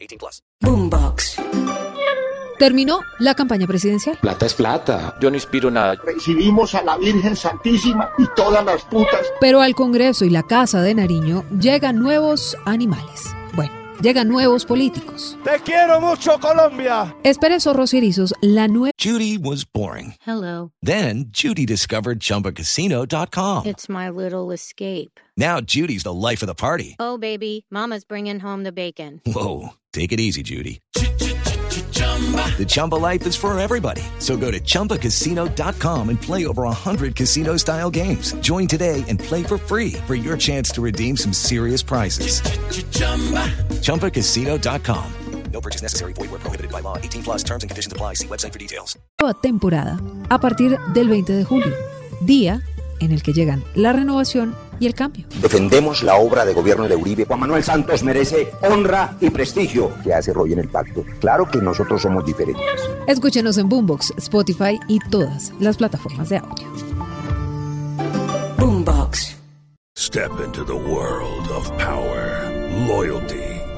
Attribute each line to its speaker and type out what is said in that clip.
Speaker 1: 18 plus.
Speaker 2: Boombox.
Speaker 3: Terminó la campaña presidencial.
Speaker 4: Plata es plata.
Speaker 5: Yo no inspiro nada.
Speaker 6: recibimos a la Virgen Santísima y todas las putas.
Speaker 3: Pero al Congreso y la Casa de Nariño llegan nuevos animales. Bueno, llegan nuevos políticos.
Speaker 7: Te quiero mucho, Colombia.
Speaker 3: Espere Zorros y Erizos, la nueva...
Speaker 8: Judy was boring.
Speaker 9: Hello,
Speaker 8: Then Judy discovered ChumbaCasino.com.
Speaker 9: it's my little escape.
Speaker 8: Now Judy's the life of the party.
Speaker 9: Oh, baby, Mama's bringing home the bacon.
Speaker 8: Whoa, take it easy, Judy. The Chumba life is for everybody. So go to ChumbaCasino.com and play over 100 casino-style games. Join today and play for free for your chance to redeem some serious prizes. ChumbaCasino.com.
Speaker 1: No purchase necessary. Void were prohibited by law. 18 plus terms and conditions apply. See website for details.
Speaker 3: nueva temporada a partir del 20 de julio, día en el que llegan la renovación y el cambio.
Speaker 10: Defendemos la obra de gobierno de Uribe. Juan Manuel Santos merece honra y prestigio que hace Roy en el pacto. Claro que nosotros somos diferentes.
Speaker 3: Escúchenos en Boombox, Spotify y todas las plataformas de audio.
Speaker 2: Boombox.
Speaker 11: Step into the world of power, loyalty,